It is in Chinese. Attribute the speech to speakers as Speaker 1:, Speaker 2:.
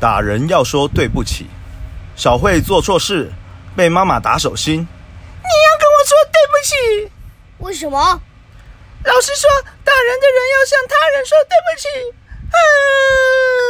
Speaker 1: 打人要说对不起。小慧做错事，被妈妈打手心。
Speaker 2: 你要跟我说对不起。
Speaker 3: 为什么？
Speaker 2: 老师说，打人的人要向他人说对不起。啊！